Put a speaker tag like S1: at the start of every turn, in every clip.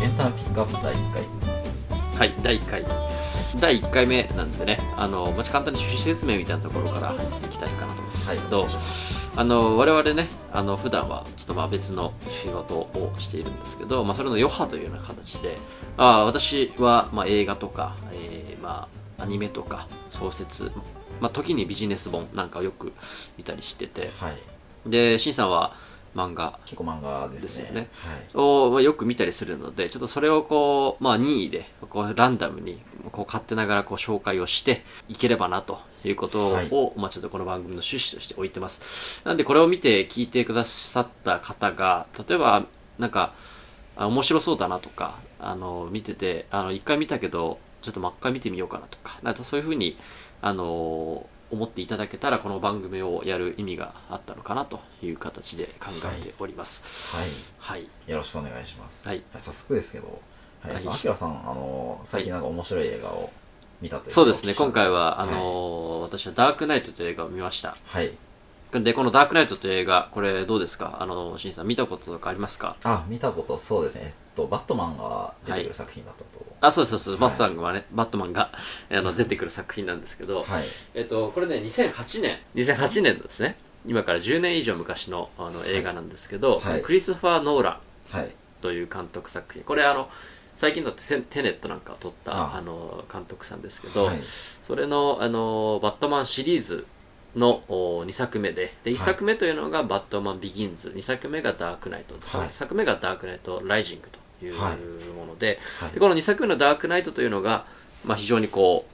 S1: エンタメピックアップ第1回
S2: はい第1回第1回目なんでねあのまあ簡単に趣旨説明みたいなところから入っていきたいかなと思うんですけど、
S1: はい
S2: あの我々ねあの普段はちょっとまあ別の仕事をしているんですけど、まあ、それの余波というような形であー私はまあ映画とか、えーまあアニメとか小説、まあ、時にビジネス本なんかをよく見たりしてて
S1: はい
S2: でしんさんは漫画
S1: 結構漫画ですね
S2: ですよね
S1: はい
S2: をまあよく見たりするのでちょっとそれをこう、まあ、任意でこうランダムにこう勝手ながらこう紹介をしていければなということを、
S1: はい
S2: まあ、ちょっとこの番組の趣旨として置いてますなんでこれを見て聞いてくださった方が例えばなんかあ面白そうだなとかあの見ててあの一回見たけどちょっともう一回見てみようかなとかなんかそういうふうにあの思っていただけたらこの番組をやる意味があったのかなという形で考えております。
S1: はい
S2: はい、
S1: よろしくお願いします
S2: はい
S1: 早速ですけどはい
S2: はい
S1: あきらさんあの最近なんか面白い映画を見たという
S2: そうですね、
S1: ことをお聞
S2: 今
S1: きしたん
S2: 回は、あ
S1: けど
S2: のー私はダークナイトという映画を見ました。
S1: はい、はい
S2: で、このダークナイトという映画、これどうですかあのー、しんさん、見たこととかありますか
S1: あ見たことそうですねえっとバットマンが出てくる作品だったと
S2: あ、そうです、そうです、
S1: はい
S2: バットマンがね、バットマンが あの出てくる作品なんですけど、
S1: はい
S2: えっと、これね、2008年、2008年のですね、今から10年以上昔のあの映画なんですけど、
S1: はい
S2: クリストファー・ノーラン
S1: はい
S2: という監督作品、これあの、最近だってテテネットなんかを撮った
S1: あ
S2: あの監督さんですけど、
S1: はい
S2: それの、あのーバットマンシリーズの2作目でで1
S1: い
S2: 作目というのが「バットマンビギンズ」2作目が「ダークナイト」
S1: はい
S2: 3作目が「ダークナイトライジング」とい
S1: はいう
S2: もので,、
S1: はい
S2: でこの2作目の「ダークナイト」というのが、まあ、非常にこう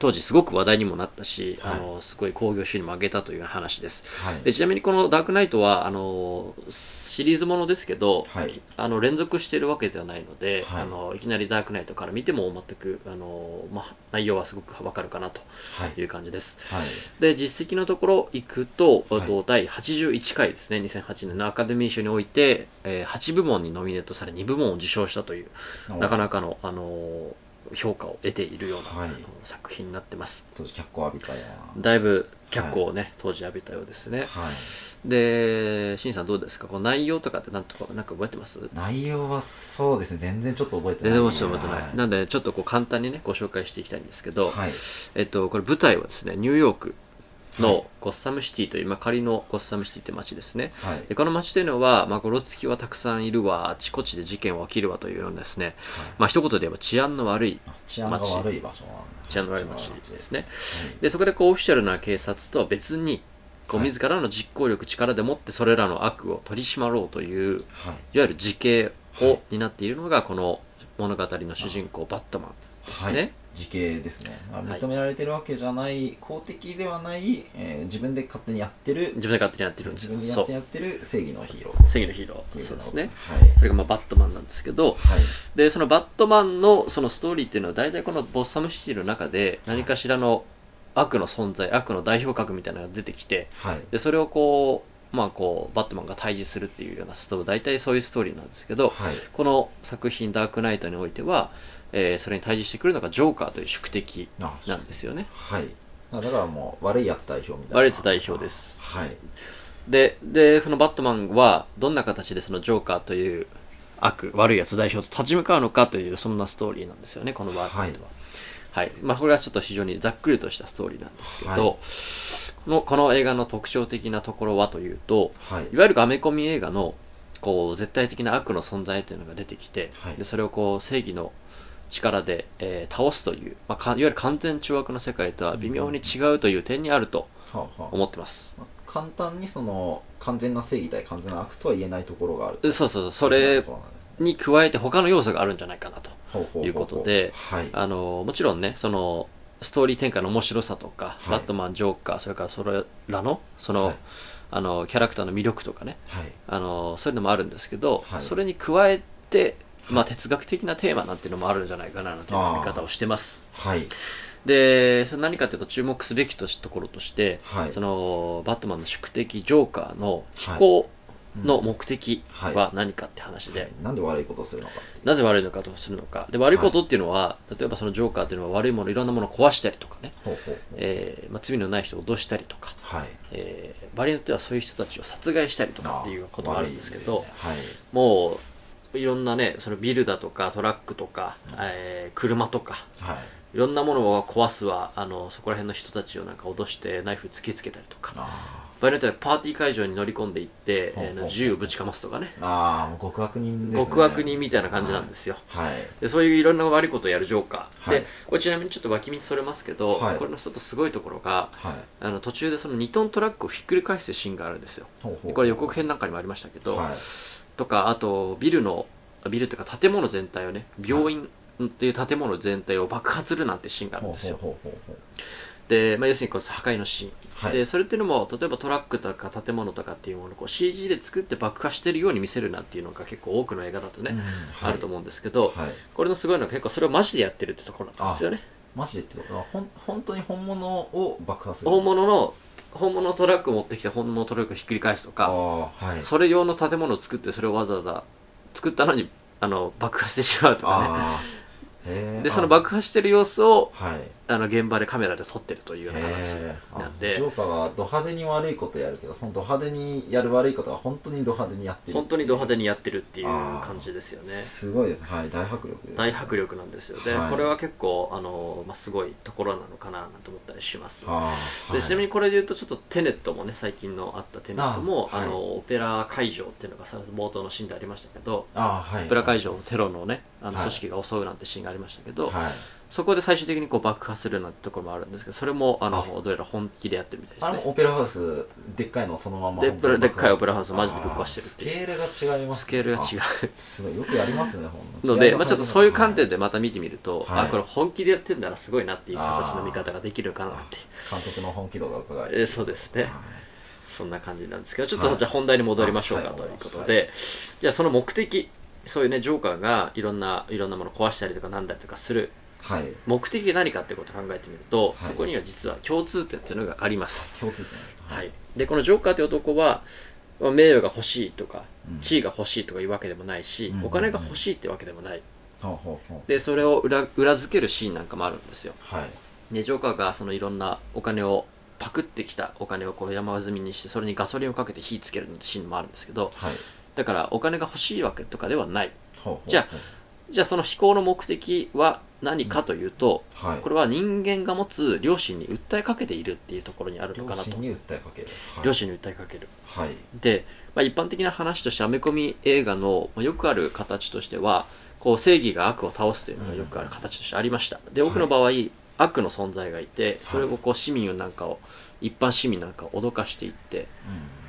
S2: 当時すごく話題にもなったし、
S1: はい
S2: あのすごい興行収入も上げたというような話です
S1: はい
S2: でちなみにこの「ダークナイトは」あのシリーズものですけど、
S1: はい
S2: あの連続してるわけではないので、
S1: はい
S2: い、あのいきなり「ダークナイト」から見ても全くあの、まあ、内容はすごくわかるかなと
S1: はい
S2: いう感じです
S1: はい
S2: で実績のところいくと、
S1: はい
S2: えっと第81回ですね2008年のアカデミー賞において、えー8部門にノミネートされ2部門を受賞したという なか
S1: か
S2: なかの、あのー評価を得ているような、
S1: はい
S2: あの作品になってます
S1: 当時脚光浴びたような
S2: だいぶ脚光をね、当時浴びたようですね
S1: はい
S2: でしんさんどうですかこの内容とかってなんとかなんか覚えてます
S1: 内容はそうですね全然ちょっと覚えてない
S2: 全然もちろん覚えてない、
S1: はい
S2: なんでちょっとこう簡単にねご紹介していきたいんですけど、
S1: はい
S2: えっと、これ舞台はですねニューヨーク
S1: はい
S2: のゴッサムシティという、まあ、仮のゴッサムシティって街ですね
S1: はい
S2: でこの街というのは、まあ、ごろつきはたくさんいるわあちこちで事件は起きるわというようなですね、まあ一言で言えば治安の悪い
S1: 治安が悪い場所は
S2: 治安の悪い街です
S1: は
S2: ね
S1: い
S2: でそこでこうオフィシャルな警察とは別にこう
S1: はい
S2: 自らの実行力力でもってそれらの悪を取り締まろうという
S1: はい
S2: いわゆる事件
S1: は
S2: を
S1: い
S2: 担っているのがこの物語の主人公バットマンです
S1: はい
S2: ね、
S1: 時系ですねあ
S2: はい
S1: 認められてるわけじゃない公的ではないえー自分で勝手にやってる
S2: 自分で勝手にやってるんです
S1: 自
S2: よ
S1: 分でや
S2: そ
S1: って
S2: う
S1: やってる正義のヒーロー
S2: 正義のヒーロ
S1: って
S2: ー
S1: い
S2: そうです
S1: の
S2: ね
S1: がはい
S2: それがまあバットマンなんですけど
S1: はい
S2: でそのバットマンのそのストーリーっていうのは大体このボッサムシティの中で何かしらの悪の存在悪の代表格みたいなのが出てきて
S1: はい
S2: でそれをこうまあこうバットマンが対峙するっていうようなストーリー大体そういうストーリーなんですけど
S1: はい
S2: この作品「ダークナイト」においては、えーそれに対峙してくるのがジョーカーという宿敵
S1: あ
S2: なんですよね
S1: はいあだからもう悪いやつ代表みたいな
S2: 悪いやつ代表です
S1: はい
S2: ででそのバットマンはどんな形でそのジョーカーという悪悪いやつ代表と立ち向かうのかというそんなストーリーなんですよねこのバーナイトははい、まあこれはちょっと非常にざっくりとしたストーリーなんですけど、
S1: はい
S2: このこの映画の特徴的なところはというと
S1: はい
S2: いわゆるアメコミ映画のこう絶対的な悪の存在というのが出てきて、
S1: はい
S2: でそれをこう正義の力で、えー倒すという、まあ、かいわゆる完全懲悪の世界とは微妙に違うという点にあると
S1: はあはあ
S2: 思ってます、
S1: まあ簡単にその完全な正義対完全な悪とは言えないところがある
S2: そうそうそうそれ
S1: ということなんですね
S2: に加えて他の要素があるんじゃないかなと
S1: ほうほうほほ
S2: いうことで
S1: はい
S2: あのもちろんねそのストーリー展開の面白さとか、
S1: はい
S2: バットマンジョーカーそれからそれらのその、
S1: はい
S2: あのキャラクターの魅力とかね
S1: はい
S2: あのそういうのもあるんですけど、
S1: はい
S2: それに加えて、まあ、哲学的なテーマなんていうのもあるんじゃないかなという
S1: あー
S2: 見方をしてます
S1: はい
S2: でそれ何かというと注目すべきとしところとして、
S1: はい
S2: そのバットマンの宿敵ジョーカーの飛行の目的は何かって話で、
S1: なんで悪いことをするのかっていう
S2: なぜ悪いのかとするのかで悪いことっていうのは、例えばそのジョーカーっていうのは悪いものいろんなものを壊したりとかね、
S1: ほうほうほう
S2: えーまあ、罪のない人を脅したりとか、
S1: はい
S2: えー場合によってはそういう人たちを殺害したりとかっていうこともあるんですけど
S1: 悪いですね
S2: もういろんなねそのビルだとかトラックとか、えー車とか
S1: はい
S2: いろんなものを壊すはあのそこら辺の人たちをなんか脅してナイフ突きつけたりとか
S1: あ
S2: 場合によってはパーティー会場に乗り込んでいって、
S1: ほうほう
S2: えー銃をぶちかますとかね
S1: ーあーもう極悪人ですね
S2: 極悪人みたいな感じなんですよ、
S1: はい
S2: でそういういろんな悪いことをやるジョーカー、
S1: はい
S2: でこれちなみにちょっと脇道それますけど、
S1: はい
S2: これのちょっとすごいところが
S1: はい
S2: あの途中でその2トントラックをひっくり返すシーンがあるんですよ
S1: ほうほう
S2: でこれ予告編なんかにもありましたけど、
S1: はい
S2: とかあとビルのビルというか建物全体をね病院っていう建物全体を爆破するなんてシーンがあるん
S1: ほう
S2: です
S1: ほう
S2: よ
S1: ほうほうほう
S2: で、まあ、要するにこの破壊のシーン、
S1: はい
S2: でそれっていうのも例えばトラックとか建物とかっていうものをこう CG で作って爆破してるように見せるなんていうのが結構多くの映画だとね、
S1: うんはい
S2: あると思うんですけど、
S1: はい
S2: これのすごいのは結構それをマジでやってるってところなんですよね
S1: マジでってことはほん本当に本物を爆破する
S2: 本物の本物のトラックを持ってきて本物のトラックをひっくり返すと
S1: あ
S2: か
S1: ーはい
S2: それ用の建物を作ってそれをわざわざ作ったのにあの爆破してしまうとか
S1: あーへ
S2: ね
S1: ー
S2: でその爆破してる様子を
S1: あはい
S2: あの現場でカメラで撮ってるというような
S1: へ
S2: 形
S1: ーあ
S2: なんで
S1: ジョーカーはド派手に悪いことやるけどそのド派手にやる悪いことは本当にド派手にやってる
S2: 本当にド派手にやってるっていう
S1: あー
S2: 感じですよね
S1: すごいですねはい大迫力です
S2: 大迫力なんですよで、
S1: はい
S2: これは結構あの、まあ、すごいところなのかななんて思ったりします、
S1: あーはい
S2: でちなみにこれで言うとちょっとテネットもね最近のあったテネットも
S1: あ
S2: あ、
S1: はい
S2: のオペラ会場っていうのがさ冒頭のシーンでありましたけど
S1: あーはい
S2: オペラ会場をテロのねあの
S1: はい
S2: 組織が襲うなんてシーンがありましたけど、
S1: はい
S2: そこで最終的にこう爆破するなんてところもあるんですけどそれもあの
S1: あ
S2: どうやら本気でやってるみたいで
S1: あ
S2: す
S1: れ
S2: ね
S1: もオペラハウスでっかいのそのまま
S2: で
S1: 本当に
S2: でっかいオペラハウスをマジでぶっ壊してるっていう
S1: あースケールが違います
S2: スケールが違
S1: う
S2: う
S1: すごいよくやりますねほん
S2: ので、まあ、ちょっとそういう観点でまた見てみると、
S1: はい
S2: あこれ本気でやってんならすごいなっていう形の見方ができるかなって
S1: 監督の本気度が伺える
S2: えーそうですね
S1: はい
S2: そんな感じなんですけどちょっと、
S1: はい
S2: じゃあ本題に戻りましょうか
S1: はい
S2: ということで、じゃあその目的そういうねジョーカーがいろんないろんなもの壊したりとかなんだりとかする
S1: はい
S2: 目的が何かってことを考えてみると、
S1: はい
S2: そこには実は共通点っていうのがあります、
S1: 共通点
S2: はい、でこのジョーカーという男はまあ名誉が欲しいとか
S1: うん
S2: 地位が欲しいとかいうわけでもないし、
S1: うん
S2: お金が欲しいってわけでもない
S1: ほうほうほう
S2: でそれを裏裏付けるシーンなんかもあるんですよ
S1: はい
S2: でジョーカーがそのいろんなお金をパクってきたお金をこう山積みにしてそれにガソリンをかけて火つけるってシーンもあるんですけど
S1: はい
S2: だからお金が欲しいわけとかではない
S1: ほうほう
S2: じゃじゃあその飛行の目的は何かというと、
S1: はい
S2: これは人間が持つ良心に訴えかけているっていうところにあるの
S1: 両
S2: かなと
S1: 親に訴えかけるはい
S2: 良心に訴えかける
S1: はい
S2: で、まあ、一般的な話としてアメコミ映画のまあよくある形としてはこう正義が悪を倒すというのがよくある形としてありましたで多くの場合、悪の存在がいてそれをこう市民をなんかを一般市民なんかを脅かしていって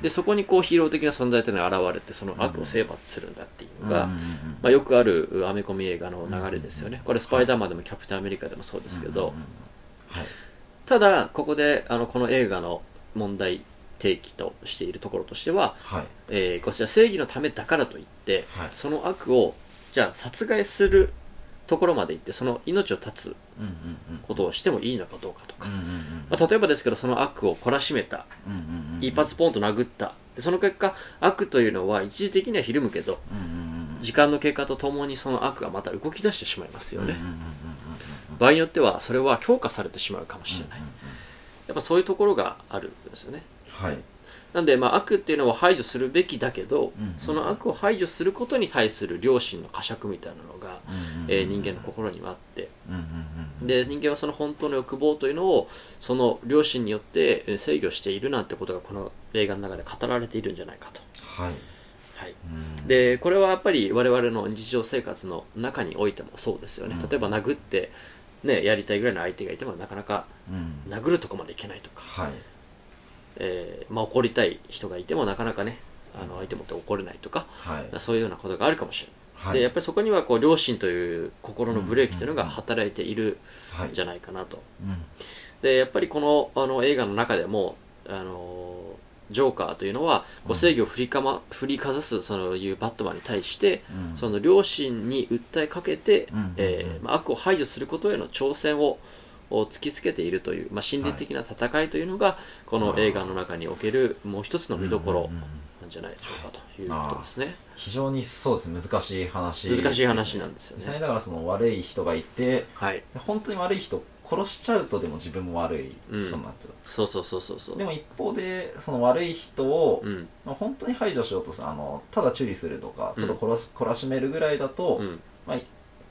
S1: うん
S2: でそこにこうヒーロー的な存在というのが現れてその悪を征伐するんだっていうのが、
S1: うんうん
S2: まあ、よくあるアメコミ映画の流れですよねこれスパイダーマンでもキャプテンアメリカでもそうですけど、
S1: うんうんうんはい
S2: ただここであのこの映画の問題提起としているところとしては
S1: はい
S2: えーこちら正義のためだからといって、
S1: はい
S2: その悪をじゃあ殺害するところまで行ってその命を絶つ
S1: うんうんうん
S2: ことをしてもいいのかどうかとか、
S1: うんうん
S2: まあ、例えばですけどその悪を懲らしめた
S1: うんうんうんうん
S2: 一発ポンと殴ったでその結果悪というのは一時的にはひるむけど
S1: うんうんうん
S2: 時間の経過とともにその悪がまた動き出してしまいますよね、
S1: うんうんうんうんうん
S2: 場合によってはそれは強化されてしまうかもしれない、
S1: うんうん
S2: やっぱそういうところがあるんですよね
S1: うんはい
S2: なんで、まあ、悪っていうのは排除するべきだけど、
S1: うん
S2: その悪を排除することに対する良心の呵責みたいなのが、えー人間の心にはあって
S1: うんうんうん
S2: で人間はその本当の欲望というのをその良心によってえー制御しているなんてことがこの映画の中で語られているんじゃないかと、
S1: はい
S2: はい、
S1: うん
S2: でこれはやっぱり我々の日常生活の中においてもそうですよね
S1: うん
S2: 例えば殴って、ね、やりたいぐらいの相手がいてもなかなか
S1: うん
S2: 殴るとこまでいけないとか、
S1: はい
S2: えーまあ、怒りたい人がいてもなかなかねあの相手もって怒れないとか
S1: はい
S2: そういうようなことがあるかもしれない、
S1: はい
S2: でやっぱりそこにはこう良心という心のブレーキというのが働いている
S1: はい
S2: んじゃないかなと
S1: うん
S2: でやっぱりこのあの映画の中でもあのジョーカーというのは
S1: う
S2: こうん正義を振りか、ま、振りかざすそういうバットマンに対して
S1: うん
S2: その良心に訴えかけて、
S1: うん
S2: えーまあ、悪を排除することへの挑戦をを突きつけているという、まあ、心理的な戦いというのが、この映画の中におけるもう一つの見どころ
S1: うんうんうん
S2: なんじゃないでしょうかということですね。
S1: 非常にそうですね難しい話
S2: 難しい話なんですよ
S1: 実際
S2: ね。
S1: にだからその悪い人がいて
S2: はい、
S1: で本当に悪い人殺しちゃうとでも自分も悪い、
S2: うん
S1: そのなっちゃう
S2: そうそうそうそうそう
S1: でも一方でその悪い人を
S2: う、ん
S1: まあ本当に排除しようとさあのただ注意するとか
S2: うん
S1: ちょっと懲らし懲らしめるぐらいだと、
S2: うん
S1: まあ、い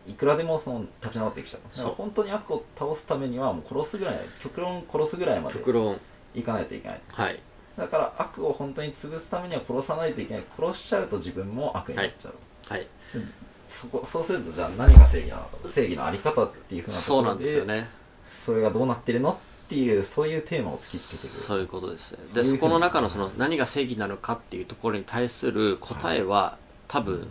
S1: いくらでもその立ち直ってきちゃうだ
S2: そ
S1: か
S2: う
S1: ら本当に悪を倒すためにはもう殺すぐらい極論殺すぐらいまで
S2: 極論
S1: いかないといけない
S2: はい
S1: だから悪を本当に潰すためには殺さないといけない殺しちゃうと自分も悪になっちゃう、
S2: はい
S1: そこそうするとじゃあ何が正義なのか正義のあり方っていうふうなと
S2: そ
S1: こ
S2: うな
S1: ろ
S2: ん
S1: で
S2: ですよね
S1: それがどうなってるのっていうそういうテーマを突きつけてくる
S2: そういうことですね
S1: そうい
S2: で
S1: うふう
S2: そ
S1: に
S2: この中のその何が正義なのかっていうところに対する答えは多分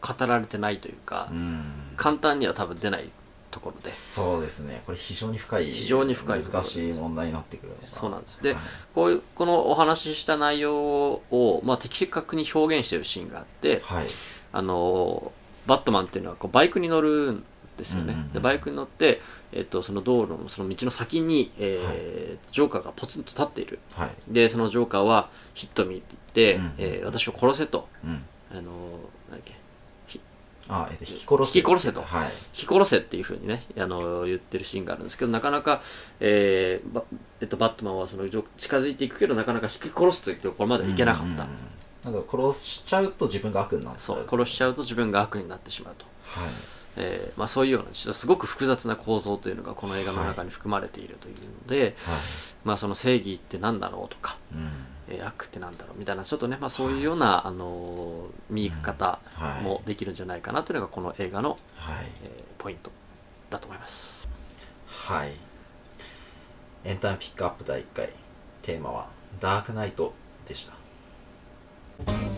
S2: 語られてないというか
S1: うん
S2: 簡単には多分出ないところです
S1: そうですねこれ非常に深い
S2: 非常に深い
S1: 難しい問題になってくるのか
S2: そうなんですで
S1: はい
S2: こういうこのお話しした内容を、まあ、的確に表現しているシーンがあって
S1: はい
S2: あのバットマンっていうのはこうバイクに乗るんですよね、
S1: うんうんうん
S2: でバイクに乗って、えっとその道路のその道の先に、えー
S1: はい
S2: ジョーカーがポツンと立っている
S1: はい
S2: でそのジョーカーは「ヒットミー」って言って、
S1: うんうん
S2: えー私を殺せと
S1: うん
S2: あのなんだっけ
S1: あえっと引き殺せ
S2: 引き殺せと
S1: はい
S2: 引き殺せっていう風にね、あの言ってるシーンがあるんですけど、なかなか、えーばえっと、バットマンはそのジョ近づいていくけど、なかなか引き殺すというところまではいけなかった。
S1: ただから殺しちゃうと自分が悪になっちゃ
S2: そうう、殺しちゃうと自分が悪になってしまうと。
S1: はい
S2: えーまあ、そういうような、実はすごく複雑な構造というのがこの映画の中に含まれているというので、
S1: はい
S2: まあ、その正義って何だろうとか、
S1: うん
S2: えー悪って何だろうみたいな、ちょっとね、まあ、そういうような、あの見方
S1: はい
S2: もできるんじゃないかなというのがこの映画の、
S1: はい
S2: えーポイントだと思います。
S1: はいエンタメピックアップ第1回テーマは「ダークナイト」でした